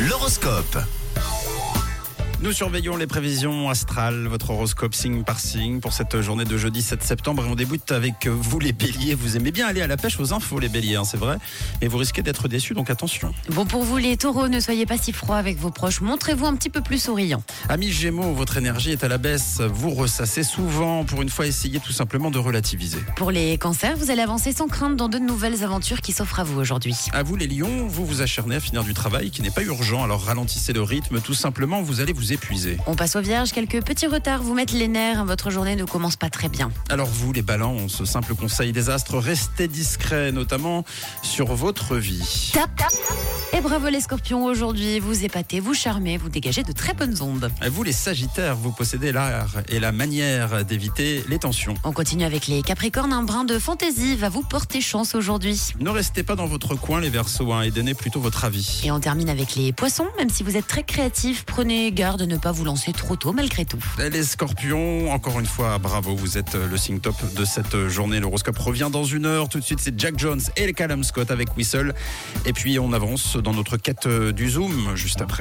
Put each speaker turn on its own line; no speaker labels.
L'horoscope.
Nous surveillons les prévisions astrales, votre horoscope signe par signe pour cette journée de jeudi 7 septembre et on débute avec vous les béliers. Vous aimez bien aller à la pêche aux infos les béliers, hein, c'est vrai, mais vous risquez d'être déçus donc attention.
Bon, pour vous les taureaux, ne soyez pas si froids avec vos proches, montrez-vous un petit peu plus souriant.
Amis Gémeaux, votre énergie est à la baisse, vous ressassez souvent, pour une fois essayez tout simplement de relativiser.
Pour les cancers, vous allez avancer sans crainte dans de nouvelles aventures qui s'offrent à vous aujourd'hui.
À vous les lions, vous vous acharnez à finir du travail qui n'est pas urgent, alors ralentissez le rythme, tout simplement vous allez vous épuiser.
On passe aux vierges, quelques petits retards vous mettent les nerfs, votre journée ne commence pas très bien.
Alors vous les balances, simple conseil des astres, restez discrets notamment sur votre vie.
Tap Et bravo les scorpions, aujourd'hui vous épatez, vous charmez, vous dégagez de très bonnes ondes.
À vous les sagittaires, vous possédez l'art et la manière d'éviter les tensions.
On continue avec les capricornes, un brin de fantaisie va vous porter chance aujourd'hui.
Ne restez pas dans votre coin les versos et donnez plutôt votre avis.
Et on termine avec les poissons, même si vous êtes très créatifs, prenez garde de ne pas vous lancer trop tôt malgré tout.
Les scorpions, encore une fois, bravo, vous êtes le signe top de cette journée. L'horoscope revient dans une heure. Tout de suite, c'est Jack Jones et le Callum Scott avec Whistle. Et puis, on avance dans notre quête du Zoom juste après.